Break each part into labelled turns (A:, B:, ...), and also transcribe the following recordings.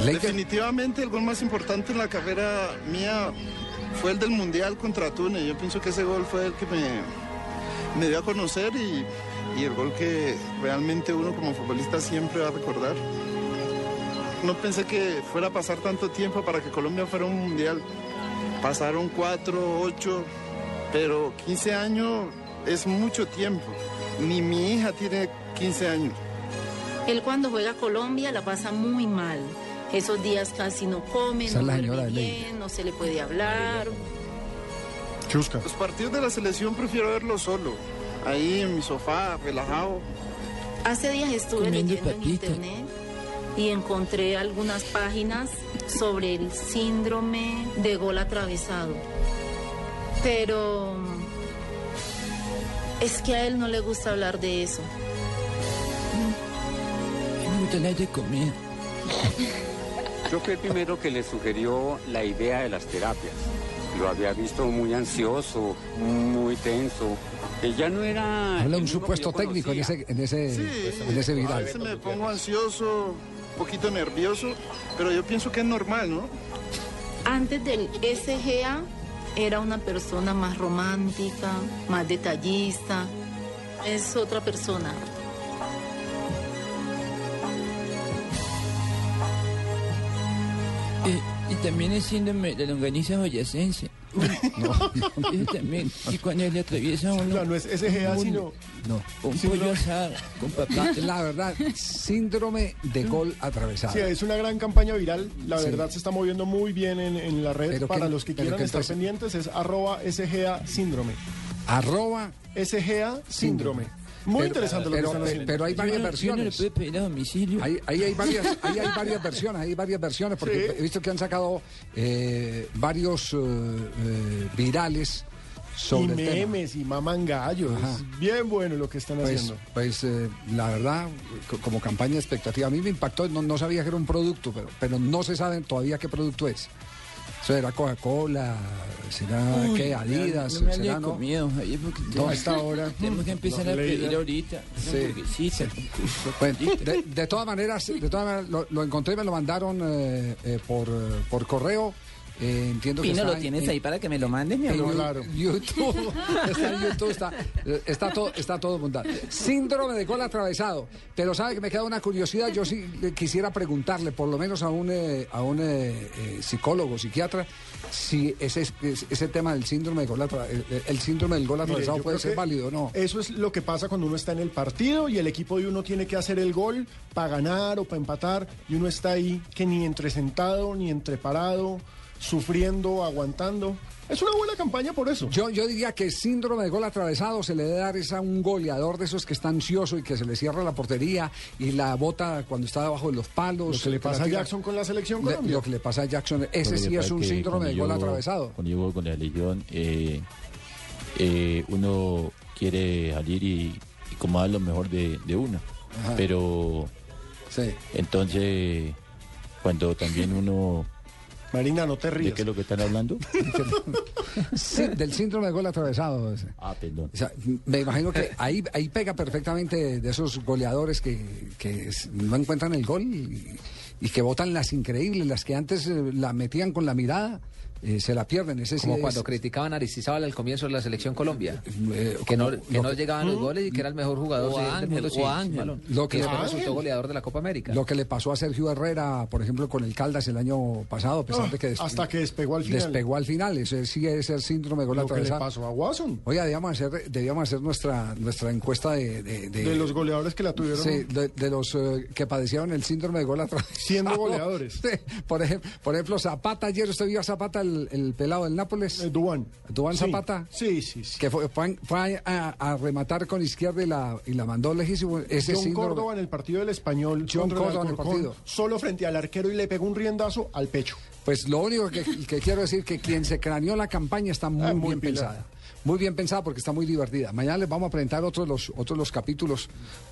A: Leiker.
B: Definitivamente el gol más importante en la carrera mía fue el del Mundial contra Túnez. Yo pienso que ese gol fue el que me, me dio a conocer y, y el gol que realmente uno como futbolista siempre va a recordar. No pensé que fuera a pasar tanto tiempo para que Colombia fuera un mundial. Pasaron cuatro, ocho, pero 15 años es mucho tiempo. Ni mi hija tiene 15 años.
C: Él cuando juega a Colombia la pasa muy mal. Esos días casi no come,
A: Esa
C: no
A: es la
C: duerme
A: señora de ley.
C: bien, no se le puede hablar.
D: Chusca.
B: Los partidos Pues de la selección prefiero verlos solo, ahí en mi sofá, relajado.
C: Hace días estuve
A: Comiendo
C: leyendo en
A: papita.
C: internet y encontré algunas páginas sobre el síndrome de gol atravesado. Pero mm, es que a él no le gusta hablar de eso.
A: No tenés de comer.
E: Yo fui el primero que le sugirió la idea de las terapias. Lo había visto muy ansioso, muy tenso. que ya no era... el mismo
A: Habla un
E: que
A: supuesto
E: yo
A: técnico en
E: conocía.
A: ese, en ese,
F: pues,
A: en ese
B: a
A: viral.
B: veces me pongo ansioso, un poquito nervioso, pero yo pienso que es normal, ¿no?
C: Antes del SGA era una persona más romántica, más detallista. Es otra persona.
F: Eh, y también el síndrome de la longaniza boyacense. Eso también. Y cuando le atraviesa uno
D: No, no es SGA,
F: Un-
D: sino.
A: No.
F: un
D: sí, no.
F: pollo asado con papá.
A: La verdad, síndrome de
D: Mm.
A: gol atravesado.
D: Sí, es una gran campaña viral. La
A: Sí.
D: verdad se está moviendo muy bien en, en la red.
A: Pero
D: Para
A: que-
D: los que
A: pero
D: quieran
A: que
D: estar
A: entonces-
D: pendientes es arroba SGA síndrome.
A: Arroba.
D: SGA síndrome. Muy
A: Pero-
D: interesante
A: pero,
D: lo que están haciendo.
A: pero hay varias
F: Yo no- yo no le
A: versiones.
F: puedo pedir a domicilio.
A: Ahí, ahí hay varias, ahí hay varias versiones, ahí hay varias versiones, porque he visto que han sacado eh, varios eh, eh, virales
D: y
A: sobre el tema.
D: memes y maman gallo. Es
A: Ajá.
D: bien bueno lo que están
A: Pues,
D: haciendo.
A: pues eh, la verdad, co- como campaña expectativa, a mí me impactó, no, no sabía que era un producto, pero, pero no se sabe todavía qué producto es. ¿Será Coca-Cola? ¿Será
F: Uy,
A: ah, qué?
F: no me hable-
A: ¿Adidas?
F: No me hable
A: ¿Será
F: de
A: no?
F: comida, Javier, porque
D: No, a esta hora.
F: Tenemos que empezar
D: No,
F: a
D: leída.
F: pedir ahorita. una
A: Sí.
F: hamburguesita,
A: Bueno, Pues, de, de todas maneras, de todas maneras, lo, lo encontré y me lo mandaron eh, eh, por, eh, por correo. Eh, entiendo que
F: Pino,
A: está
F: ¿lo
A: en-
F: tienes
A: en-
F: ahí para que me lo mandes, mi
A: en
F: amor?
A: Yu-
D: claro.
A: YouTube, está en YouTube, está, eh, está todo, está todo montado. Síndrome de gol atravesado. Pero sabe que me queda una curiosidad, yo sí le quisiera preguntarle, por lo menos a un, eh, a un eh, eh, psicólogo, psiquiatra, si ese, es- ese tema del síndrome de gol atravesado, el, el síndrome del gol
D: Mire,
A: atravesado
D: yo
A: puede
D: creo
A: ser
D: que
A: válido o no.
D: Eso es lo que pasa cuando uno está en el partido y el equipo de uno tiene que hacer el gol para ganar o para empatar y uno está ahí que ni entre sentado ni entre parado, sufriendo, aguantando. Es una buena campaña por eso.
A: Yo, yo diría que síndrome de gol atravesado se le debe dar es a un goleador de esos que está ansioso y que se le cierra la portería y la bota cuando está debajo de los palos.
D: Lo que le
A: la
D: pasa a
A: tira-
D: Jackson con la selección
A: Le-
D: Colombia.
A: lo que le pasa a Jackson, ese
G: Lo que
A: Este sí
G: pasa
A: es un
G: que
A: síndrome
G: cuando
A: de gol
G: yo-
A: atravesado.
G: Cuando yo juego con la Legión, eh, eh, uno quiere salir y, y como dar lo mejor de, de uno.
A: Ajá.
G: Pero
A: Sí.
G: entonces, cuando también uno...
D: Marina, no te
G: ¿De
D: rías.
G: qué es lo que están hablando?
A: Sí, del síndrome de gol atravesado. ese.
G: Ah, perdón.
A: O sea, me imagino que ahí, ahí pega perfectamente de esos goleadores que, que s- no encuentran el gol y, y que botan las increíbles, las que antes eh, la metían con la mirada, eh, se la pierden. Ese sí
H: Como
A: es-
H: cuando criticaban a Aristizábal al comienzo de la selección Colombia.
A: Eh,
H: Que no,
A: como-
H: que no llegaban los goles y que era el mejor jugador
F: ¿Mm? O
H: del
F: Ángel,
H: mundo
F: o
H: sin- sin
F: Ángel.
H: balón.
A: Lo que-
H: Y después
D: Ángel.
H: resultó goleador de la Copa América.
A: Lo que le pasó a Sergio Herrera, por ejemplo, con el Caldas el año pasado, a pesar
D: Ah,
A: de que
D: hasta que despegó al final.
A: Despegó al final, ese sí es el síndrome de gol
D: Lo que le
A: atravesado.
D: pasó a Watson.
A: Oiga, debíamos hacer, debíamos hacer nuestra, nuestra encuesta de, de, de-
D: De los goleadores que la tuvieron.
A: eh, Sí, de, de los eh, que padecieron el síndrome de gol atravesado.
D: Siendo goleadores.
A: Sí, por, ejem- por ejemplo, Zapata, ayer usted vio a Zapata, el, el pelado del Nápoles.
D: eh, Duván.
A: Duván
D: Sí.
A: Zapata.
D: Sí, sí, sí.
A: Que fue, fue a- fue a, a rematar con izquierda y la, y la mandó lejísimo. Ese
D: John
A: síndrome-
D: Córdoba en el partido del español.
A: John
D: contra
A: Córdoba en el
D: Alcorcón,
A: partido.
D: Solo frente al arquero y le pegó un riendazo al pecho.
A: Pues lo único que, que quiero decir que quien se craneó la campaña está muy,
D: Ah, muy
A: bien
D: pilada.
A: pensada. Muy bien pensada porque está muy divertida. Mañana les vamos a presentar otros los, otros los capítulos.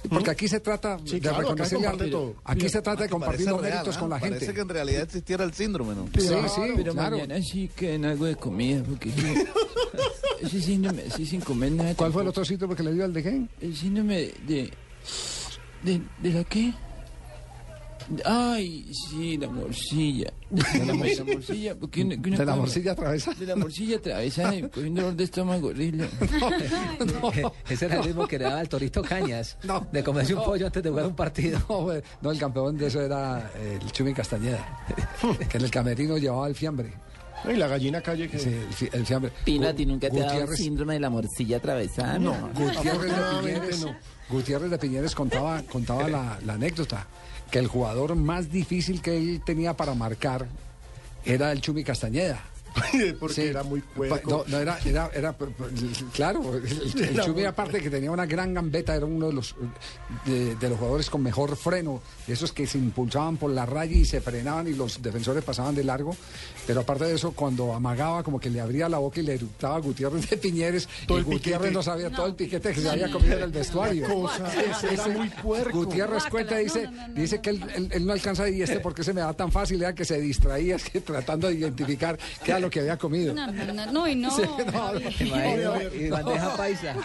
A: Porque aquí se trata
D: Sí,
A: de
D: claro, acá
A: reconocerle
D: se
A: a-
D: comparte todo.
A: Aquí se trata de compartir los méritos con la gente.
I: Parece que en realidad existiera el síndrome, ¿no?
A: Sí,
F: Claro,
A: sí,
F: pero
A: claro.
F: mañana sí que en algo de comida, porque yo- ese síndrome así sin comer nada.
A: ¿Cuál fue el
F: tampoco.
A: otro sitio que le dio al de qué?
F: El síndrome de... ¿De, de la qué? Ay, sí, la morcilla. De la morcilla, porque una- que una
A: ¿De la
F: cosa-
A: morcilla atravesada?
F: De la morcilla atravesada y con un dolor de estómago horrible.
A: No,
H: Ese era el mismo que le daba al torito Cañas
A: No.
H: de comerse un
A: No.
H: pollo antes de jugar un partido.
A: no, güey, no, el campeón de eso era eh, el Chumi Castañeda, que en el camerino llevaba el fiambre.
D: Y la gallina calle que...
A: Sí, el, fi- el fiambre.
F: Pilati,
A: Gu-
F: ¿nunca te ha dado
A: Gutiérrez-
F: síndrome de la morcilla atravesada? No.
A: Gutiérrez de
D: Afortunadamente
A: Piñeres,
D: no.
A: Gutiérrez de Piñeres contaba, contaba la, la anécdota, que el jugador más difícil que él tenía para marcar era el Chumi Castañeda.
D: Porque
A: Sí.
D: era muy cuerco.
A: No, no, era, era, era- claro, el, el
D: Era
A: Chumi
D: muy-
A: aparte que tenía una gran gambeta, era uno de los, de, de los jugadores con mejor freno, de esos que se impulsaban por la raya y se frenaban y los defensores pasaban de largo, pero aparte de eso, cuando amagaba, como que le abría la boca y le eructaba a Gutiérrez de Piñeres,
D: Todo
A: y
D: el
A: Gutiérrez
D: piquete.
A: no sabía todo el piquete que se había comido en el vestuario.
D: cosa, ese era muy puerco.
A: Gutiérrez cuenta, dice, dice que él, él- él no alcanza y este porque se me da tan fácil, era que se distraía, es que tratando de identificar qué era lo que había comido.
J: No, no, no, no, y no.
A: Sí, no, no.
J: Javi.
H: Imagino,
A: Obvio,
H: y bandeja paisa.